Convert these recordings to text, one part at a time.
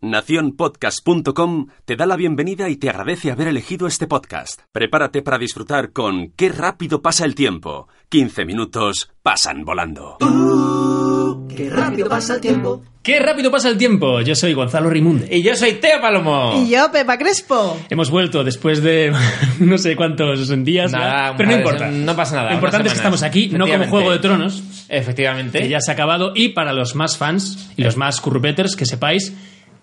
Naciónpodcast.com te da la bienvenida y te agradece haber elegido este podcast. Prepárate para disfrutar con Qué rápido pasa el tiempo. 15 minutos pasan volando. Qué rápido pasa el Mm. tiempo. ¡Qué rápido pasa el tiempo! Yo soy Gonzalo Rimund. Y yo soy Teo Palomo. Y yo, Pepa Crespo. Hemos vuelto después de no sé cuántos días, Nada, ¿verdad? pero no madre, importa. no pasa nada, Lo importante es una que semana. estamos aquí, no como Efectivamente. Juego de Tronos, Efectivamente. que ya se ha acabado, y para los más fans y los más currupeters, que sepáis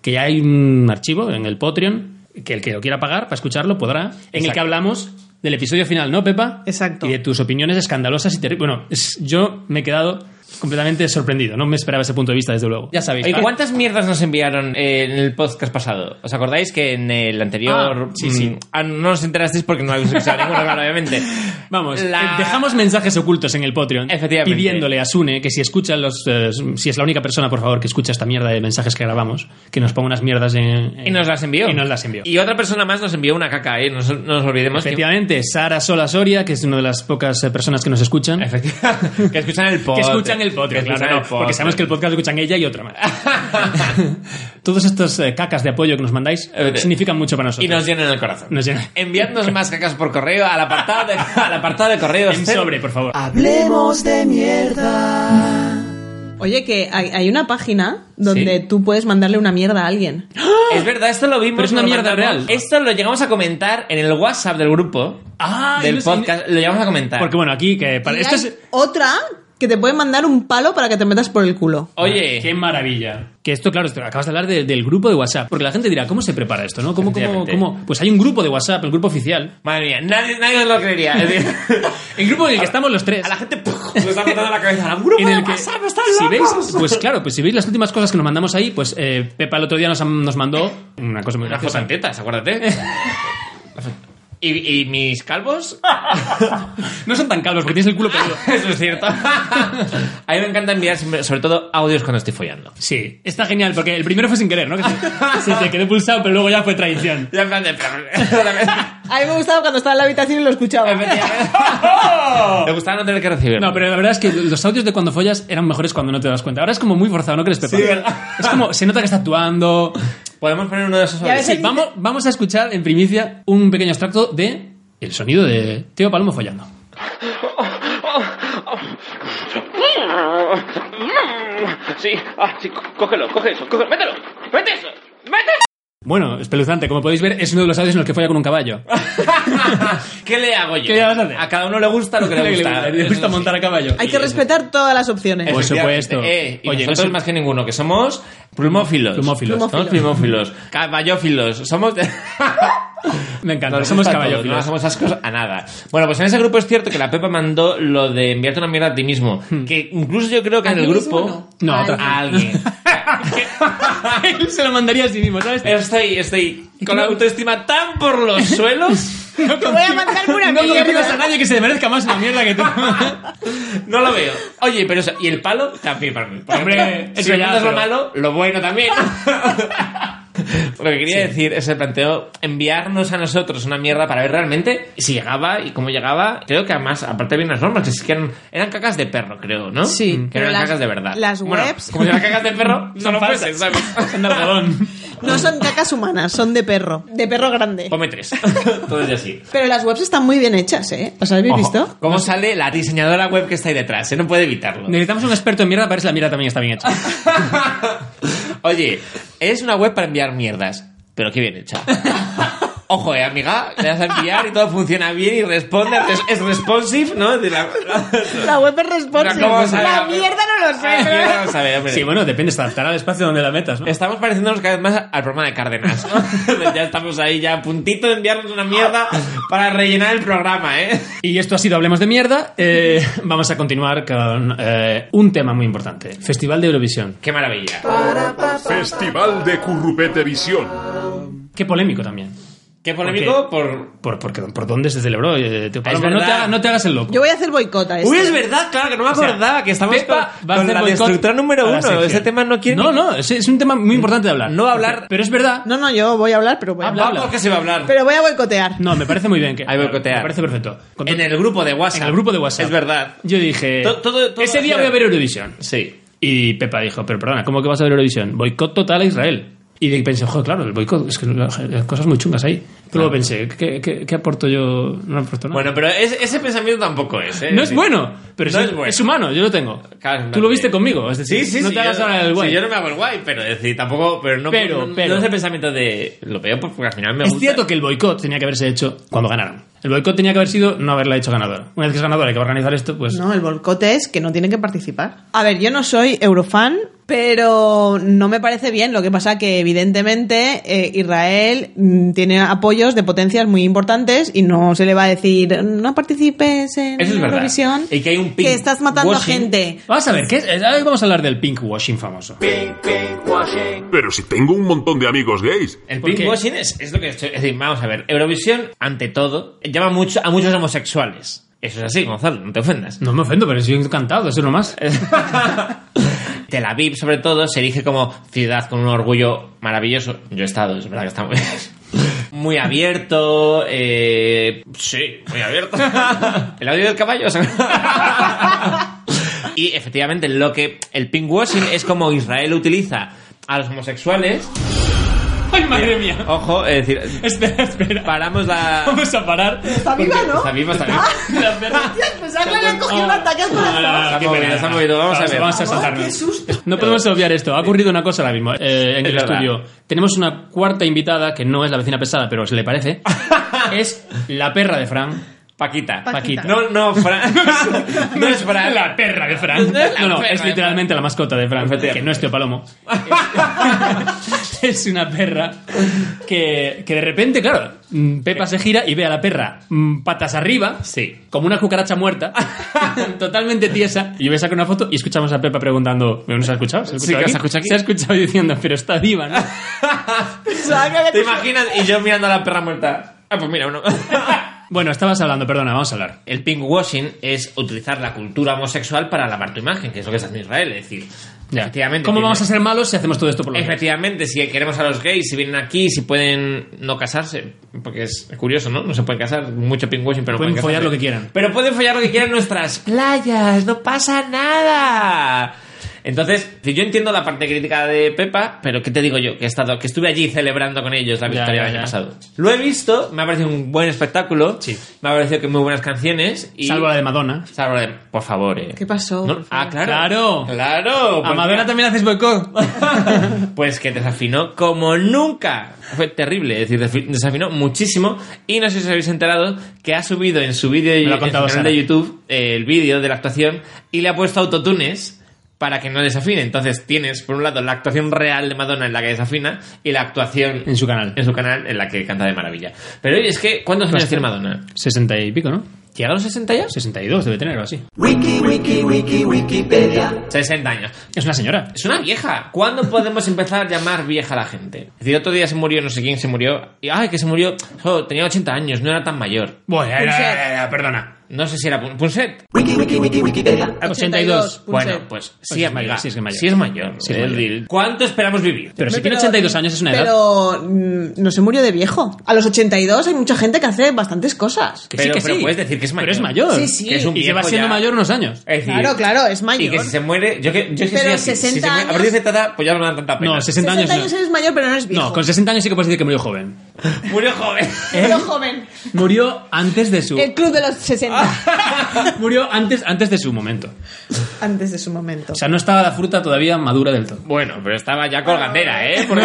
que ya hay un archivo en el Patreon, que el que lo quiera pagar para escucharlo podrá, en el que Exacto. hablamos del episodio final, ¿no, Pepa? Exacto. Y de tus opiniones escandalosas y terribles. Bueno, es- yo me he quedado completamente sorprendido, no me esperaba ese punto de vista, desde luego. Ya sabéis. Oye, ¿cuántas mierdas nos enviaron eh, en el podcast pasado? ¿Os acordáis que en el anterior. Ah, sí, sí. mm, ah, no os enterasteis porque no habéis escuchado ninguno, claro, obviamente. Vamos, La- eh, dejamos mensajes ocultos en el Patreon Efectivamente. pidiéndole a Sune que si escucha los eh, si es la única persona, por favor, que escucha esta mierda de mensajes que grabamos, que nos ponga unas mierdas en, en- Y nos las envió. Y nos las envió. Y otra persona más nos envió una caca, ¿eh? No, nos- no nos olvidemos. que- Efectivamente, Sara Sola Soria, que es una de las pocas eh, personas que nos escuchan. Efectivamente. que escuchan el podcast. Que escuchan el podcast, claro, no, porque sabemos que el podcast lo escuchan ella y otra más. Todos estos eh, cacas de apoyo que nos mandáis Eh, significan mucho para nosotros. Y nos llenan el corazón. Nos llenan. Enviadnos más cacas por correo al apartado de, al apartado de correos. en sobre, por favor. Hablemos de mierda. Oye, que hay, hay una página donde tú puedes mandarle una mierda a alguien. Es verdad, esto lo vimos. Pero es una lo mierda mandamos. real. Esto lo llegamos a comentar en el WhatsApp del grupo. Ah, y del los- podcast. Lo llegamos a comentar. Porque bueno, aquí que para Y esto hay es Otra que te puede mandar un palo para que te metas por el culo. Oye, Qué maravilla. Que esto, claro, esto- acabas de hablar de- del grupo de WhatsApp. Porque la gente dirá, ¿cómo se prepara esto? ¿no? ¿Cómo, cómo, Efectivamente. cómo? Pues hay un grupo de WhatsApp, el grupo oficial. madre mía, nadie, nadie os lo creería. Es decir, El grupo en el que estamos los tres. a la gente ¡puf! le está matando la cabeza. ¡Un grupo en el de que, WhatsApp, están si veis, locos! pues claro, pues si veis las últimas cosas que nos mandamos ahí, pues eh, Pepa el otro día nos, nos mandó una cosa muy Unas graciosa. cosas tetas, acuérdate. ¿Y, y mis calvos? No son tan calvos porque tienes el culo peludo. Eso es cierto. a mí me encanta enviar, siempre- sobre todo, audios cuando estoy follando. Sí, está genial porque el primero fue sin querer, ¿no? Que se, se te quedó pulsado, pero luego ya fue traición. Ya en plan de- A mí me gustaba cuando estaba en la habitación y lo escuchaba. Me gustaba no tener que recibir. No, pero la verdad es que los audios de cuando follas eran mejores cuando no te das cuenta. Ahora es como muy forzado, ¿no crees, Pepa? Sí, ¿verdad? es como, se nota que está actuando, Podemos poner uno de esos Ya audios. ves, Sí, vamos, vamos a escuchar en primicia un pequeño extracto de el sonido de Teo Palomo follando. Sí, ah, sí, có- cógelo, coge eso, cógelo, mételo, mete eso, mete Bueno, espeluznante, como podéis ver, es uno de los audios en los que folla con un caballo. ¿Qué le hago yo? ¿Qué le vas a hacer? cada uno le gusta lo que le gusta. Le gusta Eso sí. montar a caballo. Hay que respetar todas las opciones. Por Efectivamente. supuesto. Eh, y Oye, nosotros no sé- más que ninguno, que somos plumófilos. Plumófilos. Somos plumófilos. Caballófilos. Somos... de- Me encanta, Nos somos gusta todo, caballofilos. No somos ascos a nada. Bueno, pues en ese grupo es cierto que la Pepa mandó lo de enviarte una mierda a ti mismo. Que incluso yo creo que ¿A en el mí mismo grupo... Hmm. No, Ay, otra- A alguien. Él se lo mandaría a sí mismo, ¿sabes? Estoy, estoy con la autoestima tan por los suelos. No voy a mandar una no mierda. conoces a nadie que se merezca más una mierda que tú. No lo veo. Oye, pero eso, y el palo también para mí. Porque, Hombre, si eso me ya, mandas lo pero- malo, lo bueno también. Lo que quería decir es el planteo enviarnos a nosotros una mierda para ver realmente si llegaba y cómo llegaba. Creo que además, aparte había unas normas, que es que eran, eran cacas de perro, creo, ¿no? Sí, Que pero eran las- cacas de verdad. las Bueno, webs- como si eran cacas de perro, no Son lo falsas. fuesen, ¿sabes? Son de algodón. No son cacas humanas, son de perro. De perro grande. Come tres. Todo es así. Pero las webs están muy bien hechas, ¿eh? ¿Os habéis visto? Ojo, ¿Cómo sale la diseñadora web que está ahí detrás? Se no puede evitarlo. Necesitamos un experto en mierda para ver si la mierda también está bien hecha. Oye, es una web para enviar mierdas, pero qué bien hecha. ojo, eh, amiga, le das a enviar y todo funciona bien y responde, es, es responsive, ¿no? Es decir, la- La web es responsive. Pero ¿cómo vas a la ver? mierda no lo la mierda no sé. sabe, hombre. Sí, bueno, depende, se adaptará al espacio donde la metas, ¿no? Estamos pareciéndonos cada vez más al programa de Cárdenas, ¿no? ya estamos ahí, ya a puntito de enviarnos una mierda para rellenar el programa, ¿eh? Y esto ha sido Hablemos de Mierda. Eh, vamos a continuar con eh, un tema muy importante. Festival de Eurovisión. ¡Qué maravilla! Festival de Currupete Visión. Qué polémico también. ¡Qué polémico por... Por, porque, por dónde se celebró. eh, te- Es no, te verdad. haga- no te hagas el loco. Yo voy a hacer ¿eh? boicot a esto. Uy, es verdad, claro, que no me O sea, acordaba que estamos Pepa con, va a con hacer la boicot destructora número a la uno. sección. Ese tema no quiere No, ni- no, es, es un tema muy importante de hablar. No va a hablar- Pero es verdad. No, no, yo voy a hablar, pero voy a Habla, Ah, habla. porque se va a hablar. Pero voy a boicotear. No, me parece muy bien que. Hay boicotear. Me parece perfecto. Con- en el grupo de WhatsApp. en el grupo de WhatsApp. Es verdad. Yo dije. To- todo- todo ese día voy hacía- a ver Eurovisión. Sí. Y Pepa dijo, pero perdona, ¿cómo que vas a ver Eurovisión? Boicot total a Israel. Y de- pensé, joder, claro, el boicot, es que la- hay cosas muy chungas ahí. Pero luego pensé, ¿qué, qué, qué aporto yo? No aporto nada. Bueno, pero es- ese pensamiento tampoco es, ¿eh? no es Sí. bueno, pero No es, es bueno. es humano, yo lo tengo. Claro, no, Tú lo sí. viste conmigo, es Sí, decir, sí, no sí, te hagas yo, ahora el guay. sí, yo no me hago el guay, pero es decir, tampoco, pero no, Pero, no- pero. no es el pensamiento de lo veo porque al final me Es gusta. cierto que el boicot tenía que haberse hecho cuando ganaron. El boicot tenía que haber sido no haberla hecho ganadora. Una vez que es ganadora y que va a organizar esto, pues... No, el boicote es que no tienen que participar. A ver, yo no soy eurofan, pero no me parece bien. Lo que pasa que evidentemente eh, Israel mm, tiene apoyos de potencias muy importantes y no se le va a decir no participes en Eso es verdad. Eurovisión. Y que hay un pink que estás matando washing. a gente. Vamos a ver, ¿qué es? Eh, ahí vamos a hablar del pinkwashing famoso. Pero si tengo un montón de amigos gays. El ¿Por qué? pinkwashing es, es lo que estoy- es decir, vamos a ver, Eurovisión, ante todo, llama mucho a muchos homosexuales. Eso es así, Gonzalo, no te ofendas. No me ofendo, pero estoy encantado, eso es lo más. Tel Aviv, sobre todo, se erige como ciudad con un orgullo maravilloso. Yo he estado, es verdad que está muy Muy abierto, eh, sí, muy abierto. El audio del caballo. o sea. y efectivamente, lo que el pinkwashing es como Israel utiliza a los homosexuales. ¡Ay, madre mía! Este- Ojo, es decir, Espera, espera. paramos la. Vamos a parar. Está viva, ¿no? Está viva, está viva. La perra. Pues ahora le han cogido un ataque al corazón. Está movido, está movido. Vamos a ver. Vamos a Ay, saltarnos. qué susto. No podemos obviar esto. Ha ocurrido una cosa ahora mismo eh, en Es el verdad. estudio. Tenemos una cuarta invitada que no es la vecina pesada, pero se le parece. es la perra de Fran. Paquita. Paquita. No, no, Fran. no es Fran. La perra de Fran. No es la No, no, perra es de literalmente la mascota de Fran, Efectivamente. que no es Teo Palomo. es una perra que, que de repente, claro, mm, Pepa se gira y ve a la perra mm, patas arriba, Sí. como una cucaracha muerta, totalmente tiesa. Y yo voy a sacar una foto y escuchamos a Pepa preguntando, ¿no se ha escuchado? ¿Se ha Sí, escuchado, aquí? que se ha escuchado aquí. Se ha escuchado diciendo, pero está viva, ¿no? ¿Te imaginas? Y yo mirando a la perra muerta. Ah, pues mira, uno. bueno, estabas hablando, perdona, vamos a hablar. El pinkwashing es utilizar la cultura homosexual para lavar tu imagen, que es lo que está haciendo Israel. Es decir, Ya. efectivamente. ¿Cómo tiene- vamos a ser malos si hacemos todo esto por lo menos? Efectivamente, si queremos a los gays, si vienen aquí, si pueden no casarse, porque es curioso, ¿no? No se pueden casar, mucho pinkwashing, pero no Pueden follar casarse. lo que quieran. Pero pueden follar lo que quieran en nuestras playas, no pasa nada. Entonces, si yo entiendo la parte crítica de Pepa, pero ¿qué te digo yo? Que he estado, que estuve allí celebrando con ellos la Ya, victoria ya, del año ya. pasado. Lo he visto, me ha parecido un buen espectáculo, Sí. me ha parecido que muy buenas canciones y Salvo la de Madonna. Salvo la de- por favor. eh. ¿Qué pasó? No, Ah, Claro. claro. Claro. ¿A pues Madonna mira. también haces boicot? Pues que desafinó como nunca. Fue terrible, es decir, desafi- desafinó muchísimo. Y no sé si os habéis enterado que ha subido en su vídeo Me lo ha en su contado canal Sara. de YouTube eh, el vídeo de la actuación y le ha puesto autotunes para que no desafine. Entonces tienes, por un lado, la actuación real de Madonna en la que desafina y la actuación en su canal. en su canal en la que canta de maravilla. Pero oye, es que, ¿cuántos años tiene Madonna? 60 y pico, ¿no? ¿Llega a los 60 años? 62 debe tener o así. Wiki, wiki, wiki, Wikipedia. 60 años. Es una señora. Es una vieja. ¿Cuándo podemos empezar a llamar vieja a la gente? Es decir, otro día se murió, no sé quién se murió. Y, ay, que se murió. Jo, tenía 80 años, no era tan mayor. Bueno, era- Punset. era- era- perdona. No sé si era Pun- Punset. Wiki, wiki, wiki, Wikipedia. 82. Bueno, Punset. pues Pues sí es mayor. Sí es mayor. Sí es Sí es mayor. eh, ¿Cuánto esperamos vivir? Pero si Hombre, tiene 82 años es una edad. Pero mm, no se murió de viejo. A los 82 hay mucha gente que hace bastantes cosas. Que sí, pero- que pero sí. puedes decir que es mayor. Pero es mayor. pues Sí, sí. Que es un y se va viejo siendo ya. mayor unos años. Es decir, Claro, claro, es mayor. Y que si se muere. Yo que, yo es que Pero soy así. 60 si se muere- a años- partir de cierta edad, pues ya no me dan tanta pena. No, 60, 60 años. años no. eres mayor, pero no eres viejo. No, con 60 años sí que puedes decir que murió joven. Murió joven. Pero joven. Murió antes de su. El club de los 60. Murió antes, antes de su momento. Antes de su momento. O sea, no estaba la fruta todavía madura del todo. Bueno, pero estaba ya colgandera, ¿eh? Porque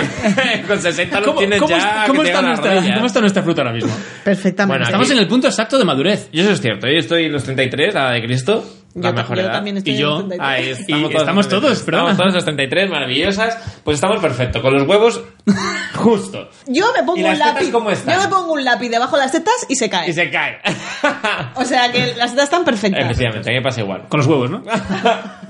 con 60 lo ¿Cómo, tienes cómo ya. está, que cómo te está llega a la nuestra, rodilla. cómo está nuestra fruta ahora mismo? Perfectamente. Bueno, Estamos aquí- en el punto exacto de madurez. Y eso es cierto, yo estoy en los 33, la de Cristo, Yo la ta- mejor yo edad. también estoy Y en yo, el 33. Ahí estamos Y todos, estamos todos, perdona. Estamos todos los 33, maravillosas. Pues estamos perfecto, con los huevos justo. Yo me ¿Y pongo las un tetas lápiz. cómo están? Yo me pongo un lápiz debajo de las tetas y se cae. Y se cae. O sea que las tetas están perfectas. Efectivamente, a mí me pasa igual. Con los huevos, ¿no?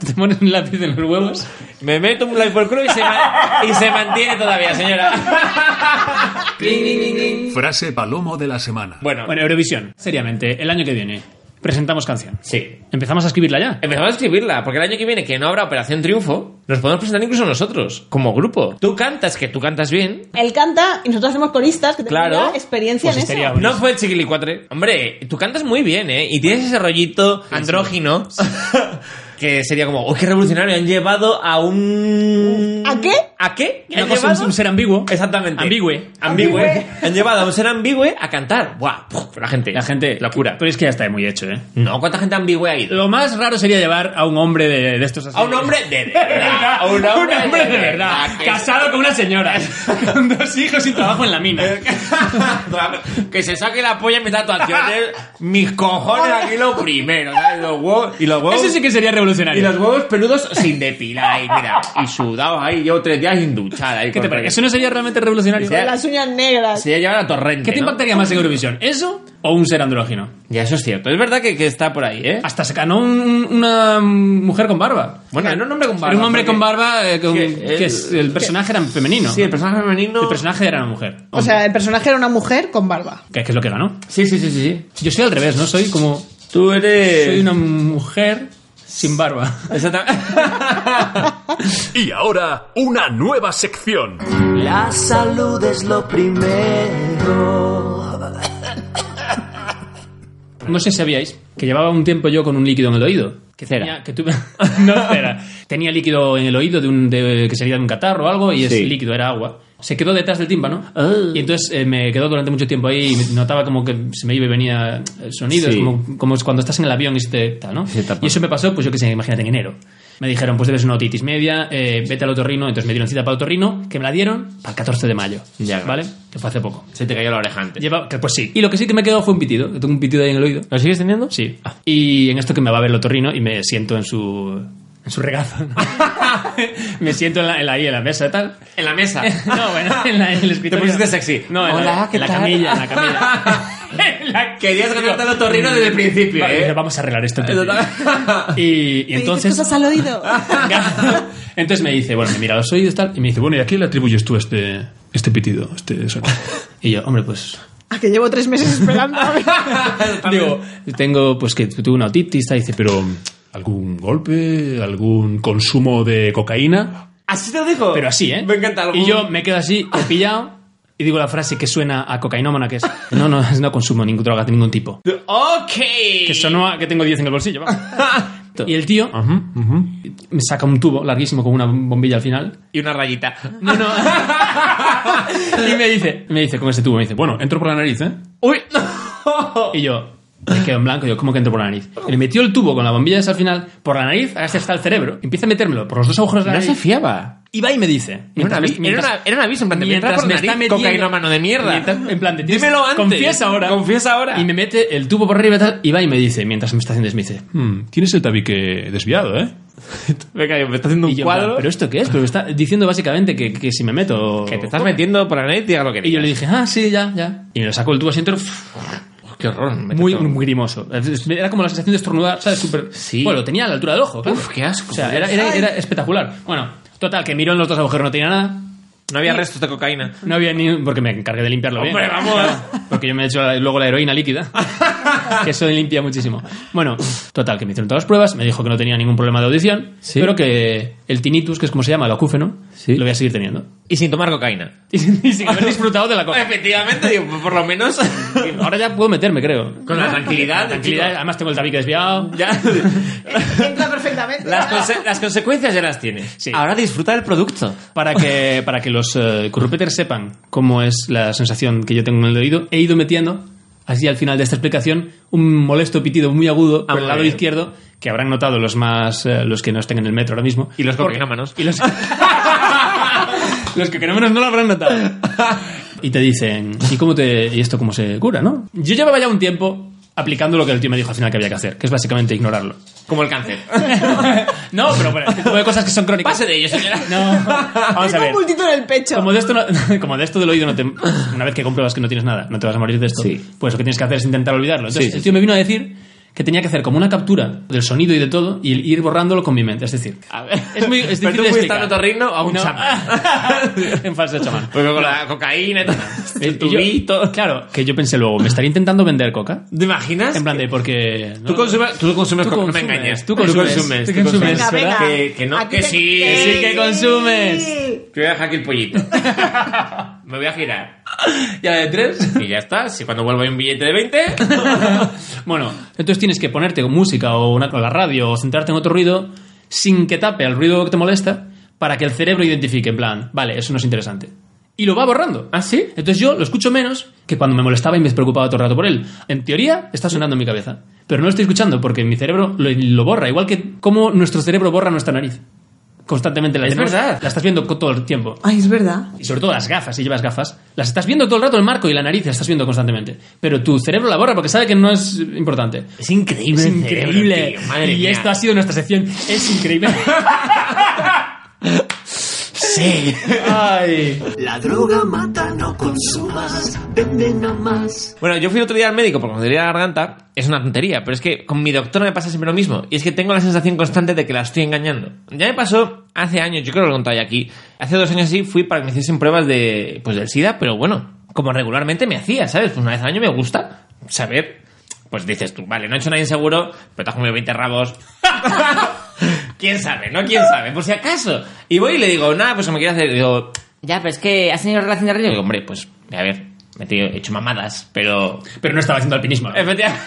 Te pones un lápiz en los huevos. Me meto un live por el culo y se, ma- y se mantiene todavía, señora. Frase palomo de la semana. Bueno, Bueno, Eurovisión, seriamente, el año que viene presentamos canción. sí. ¿Empezamos a escribirla ya? Empezamos a escribirla, porque el año que viene, que no habrá Operación Triunfo, nos podemos presentar incluso nosotros, como grupo. Tú cantas, que tú cantas bien, Él canta y nosotros hacemos coristas que tenemos Claro. ya experiencia Pues en estaría eso. bueno. No fue el chiquilicuatre. Hombre, tú cantas muy bien, ¿eh? Y tienes ese rollito andrógino. que sería como, ¡oh, qué revolucionario! Han llevado a un... ¿A qué? ¿A qué? Una ¿Han cosa, llevado? un, un ser ambiguo. Exactamente. Ambigüe. Ambigüe. Ambigüe. Han llevado a un ser ambigüe a cantar. ¡Buah! puf, la gente. La gente, Locura. Pero es que ya está muy hecho, ¿eh? No, ¿cuánta gente ambigüe ha ido? Lo más raro sería llevar a un hombre de, de estos así. A un hombre de verdad. A un hombre, Ah, de verdad. que- Casado con una señora. con dos hijos y trabajo en la mina. que se saque la polla en mis tatuaciones. Mis cojones aquí lo primero, ¿sabes? Los huevos, y los huevos. Eso sí que sería Y revolucionario. los huevos peludos sin depilar ahí, mira. Y sudados ahí, llevo tres días sin duchar ahí. ¿Qué te con- parece? ¿Eso no sería realmente revolucionario? Sí. Las uñas negras. Se ya llevan a torrente, ¿Qué te ¿no? impactaría más en Eurovisión? ¿Eso o un ser andrógino? Ya, eso es cierto. Es verdad que, que está por ahí, ¿eh? Hasta se ganó un- una mm, mujer con barba. Bueno, era un hombre con barba, Era un hombre porque- con barba eh, con- Sí, que es- el personaje era femenino. Sí, el personaje femenino... El personaje era una mujer. O sea, el personaje era una mujer con barba. Que que es lo que ganó. Sí, sí, sí, sí, sí. Yo soy al revés, ¿no? Soy como... Tú eres... Soy una mujer sin barba. Exactamente. Y ahora, una nueva sección. La salud es lo primero. No sé si sabíais que llevaba un tiempo yo con un líquido en el oído. ¿Qué cera? Tenía- que tuve- no cera. Tenía líquido en el oído de un, de- que sería de un catarro o algo y ese Sí. Ah. líquido era agua. Se quedó detrás del tímpano y entonces eh, me quedó durante mucho tiempo ahí y me- notaba como que se me iba y venía el sonido. Sí. Es como, como es cuando estás en el avión y se te tal, ¿no? Se tapa. Y eso me pasó, pues yo que sé, imagínate, en enero. Me dijeron, pues debes una otitis media, eh, vete al otorrino. Entonces me dieron cita para otorrino, que me la dieron para el 14 de mayo. Ya, claro. ¿Vale? Que fue hace poco. Se te cayó la oreja antes. Lleva- que pues sí. Y lo que sí que me quedó fue un pitido. que Tengo un pitido ahí en el oído. ¿Lo sigues teniendo? Ah. Sí. Y en esto que me va a ver el otorrino y me siento en su, en su regazo. ¿no? me siento en la, en la, ahí en la mesa y tal. En la mesa. No, bueno, en, la, en el escritorio. pusiste sexy. No, en, Hola, la, ¿qué en la tal? camilla, en la camilla. En la- Querías ganarte el otorrino desde el principio, Vale, ¿eh? Vamos a arreglar esto. entre tú y yo. Total- Y, y ¿Me dices entonces... cosas al oído. Entonces me dice, bueno, me mira los oídos tal, y me dice, bueno, ¿y a quién le atribuyes tú este, este pitido? Este sonido? Y yo, hombre, pues A que llevo tres meses esperando. Digo, tengo, pues que tuve una otitis, tal, y dice, pero ¿Algún golpe? ¿Algún consumo de cocaína? Así te lo dijo. pero así, ¿eh? Me encanta algo. Y yo me quedo así, he pillado, y digo la frase que suena a cocainómana, que es, no, no, no consumo ningún droga de ningún tipo. Ok. Que sonó a que tengo 10 en el bolsillo, vamos. Y el tío me saca un tubo larguísimo con una bombilla al final. Y una rayita. No, no. y me dice, me dice con ese tubo, me dice, bueno, entro por la nariz, ¿eh? Uy. Y yo me quedo en blanco, yo, ¿cómo que entro por la nariz? Y le metió el tubo con la bombilla esa al final, por la nariz, hasta está el cerebro. Empieza a metérmelo por los dos agujeros de la No se nariz. fiaba. Y va y me dice. Era un mientras- avi- Era mientras- una- era un aviso, en plan, te voy a entrar mientras por me nariz, está metiendo- cocainómano de mierda. Mientras- en plan, de, tienes- Dímelo antes. Confiesa ahora. Confiesa ahora. Y me mete el tubo por arriba y tal, y va y me dice, mientras me está haciendo, eso, me dice, Hmm, tienes el tabique desviado, ¿eh? Me cayó, me está haciendo y un yo, en cuadro. plan, ¿pero esto qué es? Pero me está diciendo básicamente que, que si me meto. Que te estás metiendo por la nariz, diga lo que Y yo le dije, ah, sí, ya, ya. Y me lo sacó el tubo así entero. qué horror. Muy, muy grimoso. Era como la sensación de estornudar, ¿sabes? Súper. Sí. Bueno, lo tenía a la altura del ojo. claro. Uf, qué asco. O sea, era, era- era espectacular. Bueno, total, que miró en los dos agujeros, no tenía nada. No había restos de cocaína. No había ni. Porque me encargué de limpiarlo bien. Hombre, vamos. Porque yo me he hecho luego la heroína líquida. que eso limpia muchísimo. Bueno, total, que me hicieron todas las pruebas, me dijo que no tenía ningún problema de audición, Sí. pero que el tinnitus, que es como se llama, el acúfeno, Sí. lo voy a seguir teniendo. Y sin tomar cocaína. Y, sin- y sin haber disfrutado de la cosa. Efectivamente, digo, por lo menos. Ahora ya puedo meterme, creo. Con la tranquilidad, Tranquilidad, chico. además tengo el tabique desviado. Ya. Entra perfectamente. Las, conse- las consecuencias ya las tienes. Sí. Ahora disfruta del producto. Para que, para que los eh, currupeters sepan cómo es la sensación que yo tengo en el oído, he ido metiendo, así al final de esta explicación, un molesto pitido muy agudo por Ah, muy el lado bien. izquierdo, que habrán notado los más eh, los que no estén en el metro ahora mismo. Y los Porque- cocainómanos. Y los, los cocainómanos no lo habrán notado. Y te dicen, ¿y, cómo te, ¿y esto cómo se cura, no? Yo llevaba ya un tiempo aplicando lo que el tío me dijo al final que había que hacer, que es básicamente ignorarlo. Como el cáncer. No, pero bueno, este tipo de cosas que son crónicas. Pase de ello, señora. No, vamos a Tengo un ver. bultito en el pecho. Como de, esto no- como de esto del oído, no te- una vez que compruebas que no tienes nada, no te vas a morir de esto, Sí. pues lo que tienes que hacer es intentar olvidarlo. Entonces, Sí, sí, el tío me vino a decir que tenía que hacer como una captura del sonido y de todo y ir borrándolo con mi mente. Es decir, es muy es difícil Pero tú de fuiste explicar. a ritmo a un No. chamán. en falso chamán. Porque pues con la cocaína y todo. Y El yo- tubito. claro, que yo pensé luego, ¿me estaría intentando vender coca? ¿Te imaginas? En plan de, porque... Tú consumes, tú consumes, Tú coca- no me consumes, engañes. tú consumes, tú tú consumes, venga, venga. ¿verdad? Que, que no, Aquí que te- sí, que que sí que sí. consumes. Te voy a dejar aquí el pollito. Me voy a girar. Y a la de tres. Y ya está. Si cuando vuelvo hay un billete de 20. Bueno, entonces tienes que ponerte con música o, una, con la radio o centrarte en otro ruido sin que tape al ruido que te molesta para que el cerebro identifique, en plan, vale, eso no es interesante. Y lo va borrando. ¿Ah, sí? Entonces yo lo escucho menos que cuando me molestaba y me preocupaba todo el rato por él. En teoría está sonando en mi cabeza, pero no lo estoy escuchando porque mi cerebro lo, lo borra, igual que como nuestro cerebro borra nuestra nariz. Constantemente la Es tenemos- verdad. La estás viendo co- todo el tiempo Ay, es verdad. y sobre todo las gafas, si llevas gafas, las estás viendo todo el rato el marco y la nariz, la estás viendo constantemente. Pero tu cerebro la borra porque sabe que no es importante. Es increíble. Es el increíble. cerebro, tío, madre y mía. esto ha sido nuestra sección. Es increíble. sí. Ay. La droga mata, no consumas, venena más. Bueno, yo fui el otro día al médico porque me dolía la garganta. Es una tontería, pero es que con mi doctor me pasa siempre lo mismo. Y es que tengo la sensación constante de que la estoy engañando. Ya me pasó hace años, yo creo que lo he contado ya aquí. Hace dos años sí fui para que me hiciesen pruebas de, pues, del SIDA, pero bueno, como regularmente me hacía, ¿sabes? Pues una vez al año me gusta saber. Pues dices tú, vale, no he hecho nada inseguro, pero te has comido 20 rabos. ¿Quién sabe, no? ¿Quién sabe? Por si acaso. Y voy y le digo, nada, pues me quiere hacer. Digo, ya, pero es que has tenido relación de riesgo. Digo, hombre, pues, a ver, me he tenido- he hecho mamadas, pero Pero no estaba haciendo alpinismo. ¿eh? Efectivamente.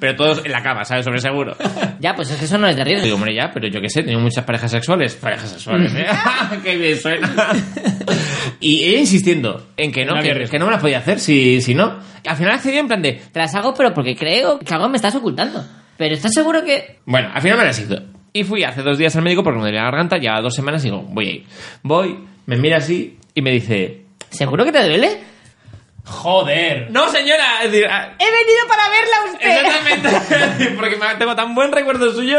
Pero todos en la cama, ¿sabes? Sobre seguro. Ya, pues es que eso no es de riesgo. Digo, hombre, ya, pero yo qué sé, tengo muchas parejas sexuales. Parejas sexuales, ¿eh? qué bien suena. y ella insistiendo en que no, No había que, riesgo. que no me las podía hacer si, si no. Y al final accedí en plan de, te las hago, pero porque creo que algo me estás ocultando. Pero estás seguro que... Bueno, al final me las hizo. Y fui hace dos días al médico porque me dolía la garganta, ya dos semanas y digo, voy a ir. Voy, me mira así y me dice, ¿seguro que te duele? Joder. No, señora, es decir, ah, He venido para verla a usted. Exactamente. Porque me- tengo tan buen recuerdo suyo.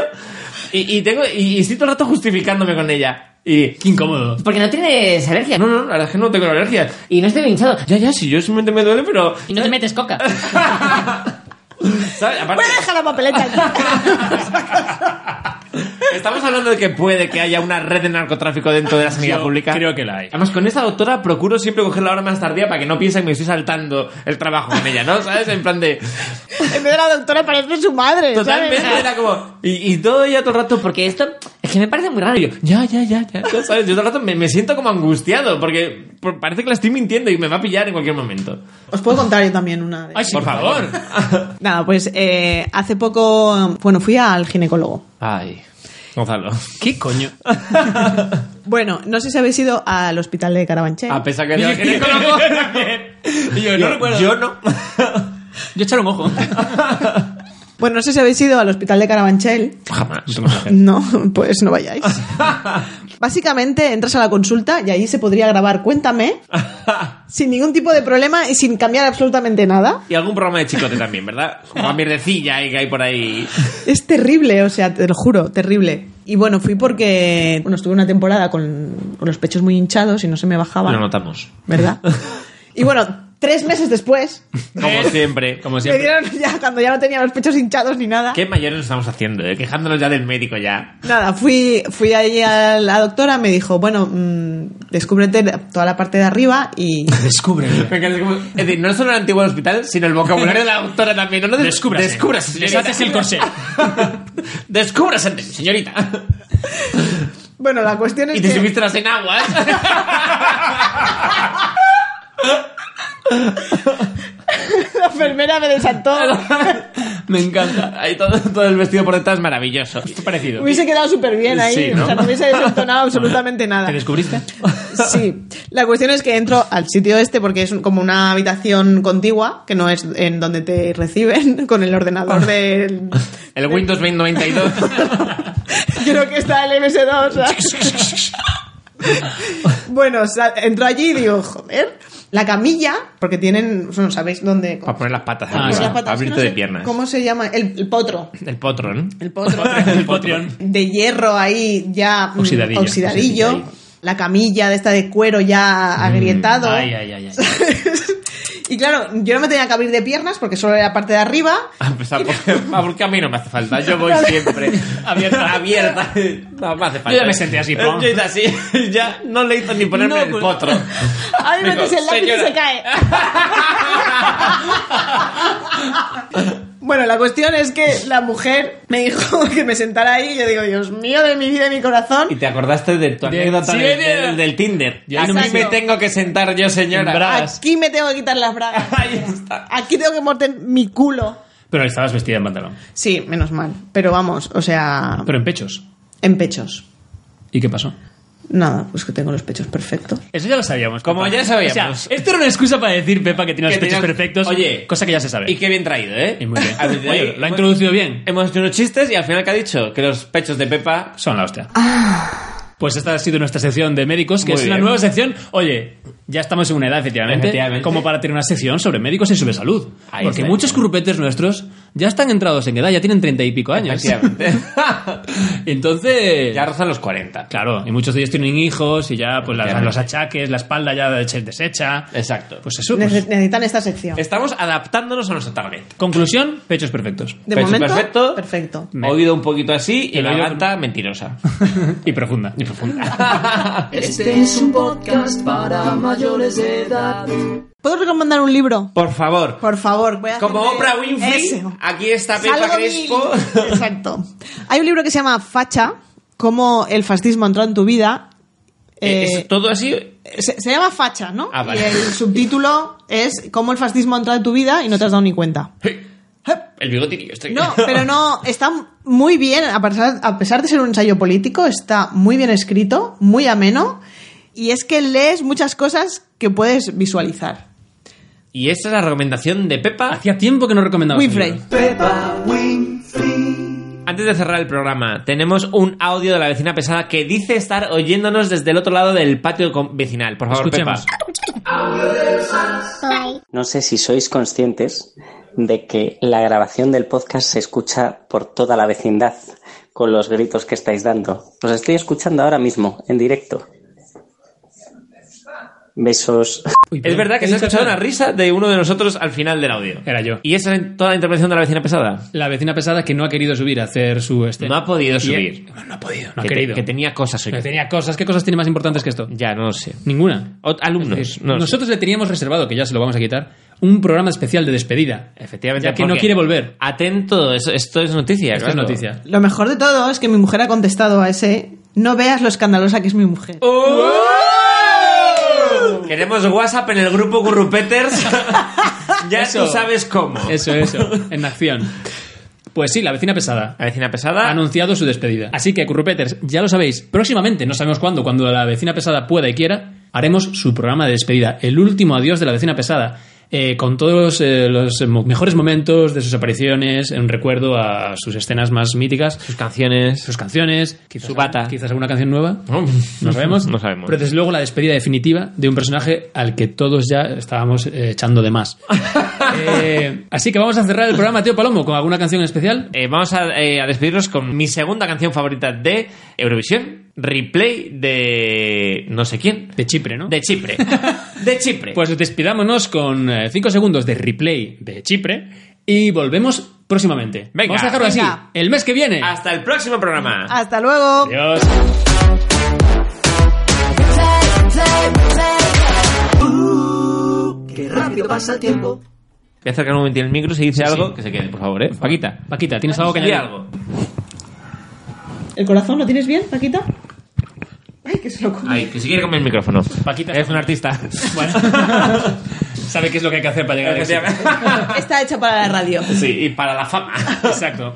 Y, y tengo, y, y estoy todo el rato justificándome con ella. Y. Qué incómodo. Porque no tienes alergia. No, no, la verdad es que no tengo alergia. Y no estoy hinchado. Ya, ya, si yo simplemente me duele, pero. Y no te metes coca. ¿Sabes? Aparte, Voy a dejar la papeleta aquí. estamos hablando de que puede que haya una red de narcotráfico dentro de la sanidad Yo pública. creo que la hay. Además, con esta doctora procuro siempre coger la hora más tardía para que no piensen que me estoy saltando el trabajo con ella, ¿no? ¿Sabes? En plan de. En vez de la doctora parece su madre. Totalmente, ¿sabes? era como. Y, y todo ella todo el rato, porque esto es que me parece muy raro. Y yo, ya, ya, ya, ya. ya, ¿sabes? Yo todo el rato me, me siento como angustiado, porque por- parece que la estoy mintiendo y me va a pillar en cualquier momento. Os puedo contar yo también una. de- Ay, sí, Por favor. Nada, pues eh, hace poco, bueno, fui al ginecólogo. Ay, Gonzalo. ¿Qué coño? Bueno, no sé si habéis ido al hospital de Carabanchel. A pesar que yo, yo, yo, no recuerdo. yo no. Yo echar un ojo. Bueno, no sé si habéis ido al hospital de Carabanchel. Jamás. No, pues no vayáis. Básicamente entras a la consulta y allí se podría grabar Cuéntame sin ningún tipo de problema y sin cambiar absolutamente nada. Y algún programa de chicote también, ¿verdad? Una mierdecilla ahí que hay por ahí. Es terrible, o sea, te lo juro, terrible. Y bueno, fui porque bueno, estuve una temporada con, con los pechos muy hinchados y no se me bajaban, notamos. ¿verdad? Y bueno, tres meses después, Como siempre, como me siempre. dieron ya cuando ya no tenía los pechos hinchados ni nada. ¿Qué mayores nos estamos haciendo? eh? Quejándonos ya del médico ya. Nada, fui, fui allí a la doctora, me dijo, bueno, mm, descúbrete toda la parte de arriba y... Descubre. Me encanta, es como- es decir, no solo el antiguo hospital, sino el vocabulario de la doctora también. No lo des- Descúbrase. Descúbrase, Les señorita. haces el corsé. Descúbrase, señorita. Bueno, la cuestión es Y te que... subiste las ¿eh? enaguas. La enfermera me desató. Me encanta. Ahí todo, todo el vestido por detrás es maravilloso. parecido. Hubiese quedado súper bien ahí. Sí, ¿no? O sea, no hubiese desentonado absolutamente nada. ¿Te descubriste? Sí. La cuestión es que entro al sitio este porque es un- como una habitación contigua, que no es en donde te reciben, con el ordenador del... El Windows 2092. Creo que está el MS2. ¿sabes? bueno, sa- entro allí y digo, joder, la camilla, porque tienen, no sabéis dónde... Para poner las patas. Ah, arriba, Pues sí. las patas, abrirte no sé de piernas. ¿Cómo se llama? El, el potro. El potro, ¿no? El potro. El Patreon. de hierro ahí ya mm, Oxidadillo. oxidadillo, Oxidadillo Mm, ahí. la camilla de esta de cuero ya agrietado. Ay, ay, ay, ay. y claro, yo no me tenía que abrir de piernas porque solo era la parte de arriba. Ah, pues, ah, por- ah, porque a mí no me hace falta. Yo voy siempre abierta. abierta. No me hace falta. Yo ya me senté así, Eh, pon. Yo hice así. Ya no le hizo ni ponerme No, el pues- potro. Ahí Venga, metes el lápiz y señora. se cae. Bueno, la cuestión es que la mujer me dijo que me sentara ahí y yo digo, Dios mío, de mi vida y mi corazón. Y te acordaste de tu De- anécdota sí, del, de- del- del Tinder. Yo Aquí no me me, siento- tengo que sentar yo, señora. En bragas. Aquí me tengo que quitar las bragas. Ahí está. Aquí tengo que morder mi culo. Pero estabas vestida en pantalón. Sí, menos mal. Pero vamos, o sea, Pero en pechos. en pechos. ¿Y qué pasó? Nada, pues que tengo los pechos perfectos. Eso ya lo sabíamos. Como Pepa. ya sabíamos. O sea, esto era una excusa para decir, Pepa, que tiene los Que pechos tenía- perfectos. Oye. Cosa que ya se sabe. Y qué bien traído, ¿eh? Y muy bien. A ver, Oye, lo ha hemos- introducido bien. Hemos hecho unos chistes y al final, ¿qué ha dicho? Que los pechos de Pepa... Son la hostia. Pues esta ha sido nuestra sección de médicos, que Muy es una bien. nueva sección. Oye, ya estamos en una edad, efectivamente, Efectivamente. como para tener una sección sobre médicos y sobre salud. Ahí Porque está. muchos curupetes nuestros ya están entrados en edad, ya tienen treinta y pico años. Efectivamente. Entonces... ya rozan los 40. Claro, y muchos de ellos tienen hijos y ya pues las- Efectivamente. los Eh. achaques, la espalda ya se deshecha. Exacto. Pues eso. pues, Nece- necesitan esta sección. Estamos adaptándonos a nuestro target. conclusión, pechos perfectos. De pecho momento, perfecto. perfecto. Me- Oído un poquito así y El la oído- garganta mentirosa. y profunda. Y profunda. Este es un podcast para mayores de edad. ¿Puedo recomendar un libro? Por favor. Por favor, voy a Como hacer de- Oprah Winfrey, Eso. aquí está Pepa Salgo Crespo. mil. Exacto. Hay un libro que se llama Facha, cómo el fascismo entró en tu vida. Eh, Eh, ¿Es todo así? se, se llama Facha, ¿no? Ah, vale. Y el subtítulo es cómo el fascismo entró en tu vida y no te has dado ni cuenta. El bigotillo. Estoy... No, pero no, está muy bien, a pesar, a pesar de ser un ensayo político, está muy bien escrito, muy ameno, y es que lees muchas cosas que puedes visualizar. Y esta es la recomendación de Pepa. Hacía tiempo que no recomendaba. Winfrey. Peppa Winfrey. Antes de cerrar el programa, tenemos un audio de la vecina pesada que dice estar oyéndonos desde el otro lado del patio com- vecinal. Por favor, Escuchemos. Pepa. No sé si sois conscientes de que la grabación del podcast se escucha por toda la vecindad con los gritos que estáis dando. Los estoy escuchando ahora mismo, en directo. Besos. Es verdad que se ha escuchado una risa de uno de nosotros al final del audio. Era yo. ¿Y esa es toda la intervención de la vecina pesada? La vecina pesada que no ha querido subir a hacer su este. No ha podido Y- subir. No, no ha podido, no ha que, te- querido. que tenía cosas hoy. Pero tenía cosas. ¿Qué cosas tiene más importantes que esto? Ya, no lo sé. Ninguna. Ot- alumnos. Es decir, no lo sé. nosotros le teníamos reservado, que ya se lo vamos a quitar, un programa especial de despedida. Efectivamente. Ya que no porque- quiere volver. Atento, eso- esto es noticia. Esta es claro. noticia. Lo mejor de todo es que mi mujer ha contestado a ese, no veas lo escandalosa que es mi mujer. ¡Oh! Queremos WhatsApp en el grupo Gurrupeters. ya Eso. tú sabes cómo. Eso, eso. en acción. Pues sí, la vecina pesada. La vecina ha pesada. anunciado su despedida. Así que, Currupeters, ya lo sabéis, próximamente, no sabemos cuándo, cuando la vecina pesada pueda y quiera, haremos su programa de despedida, el último adiós de la vecina pesada, eh, con todos eh, los eh, mo- mejores momentos de sus apariciones, en recuerdo a sus escenas más míticas, Sus canciones. sus canciones, quizás, Su bata. quizás alguna canción nueva. No, No sabemos. No sabemos. Pero desde luego la despedida definitiva de un personaje al que todos ya estábamos eh, echando de más. Eh, así que vamos a cerrar el programa, tío Palomo, con alguna canción en especial. Eh, vamos a, eh, a despedirnos con mi segunda canción favorita de Eurovisión. replay de no sé quién. De Chipre, ¿no? De Chipre. De Chipre. Pues despidámonos con 5 segundos de replay de Chipre y volvemos próximamente. Venga. Vamos a dejarlo así. Venga. El mes que viene. Hasta el próximo programa. Hasta luego. Adiós. Qué rápido pasa el tiempo. Voy a acercar un momento el micro si dice algo que se quede, por favor, ¿eh? Paquita. Paquita, ¿tienes algo que Di añadir? algo. ¿El corazón lo tienes bien, Paquita? Ay, que se lo come. Ay, que si quiere comer el micrófono. Paquita Es un artista. Bueno. Sabe qué es lo que hay que hacer para llegar a eso. Está hecha para la radio. Sí, y para la fama. Exacto.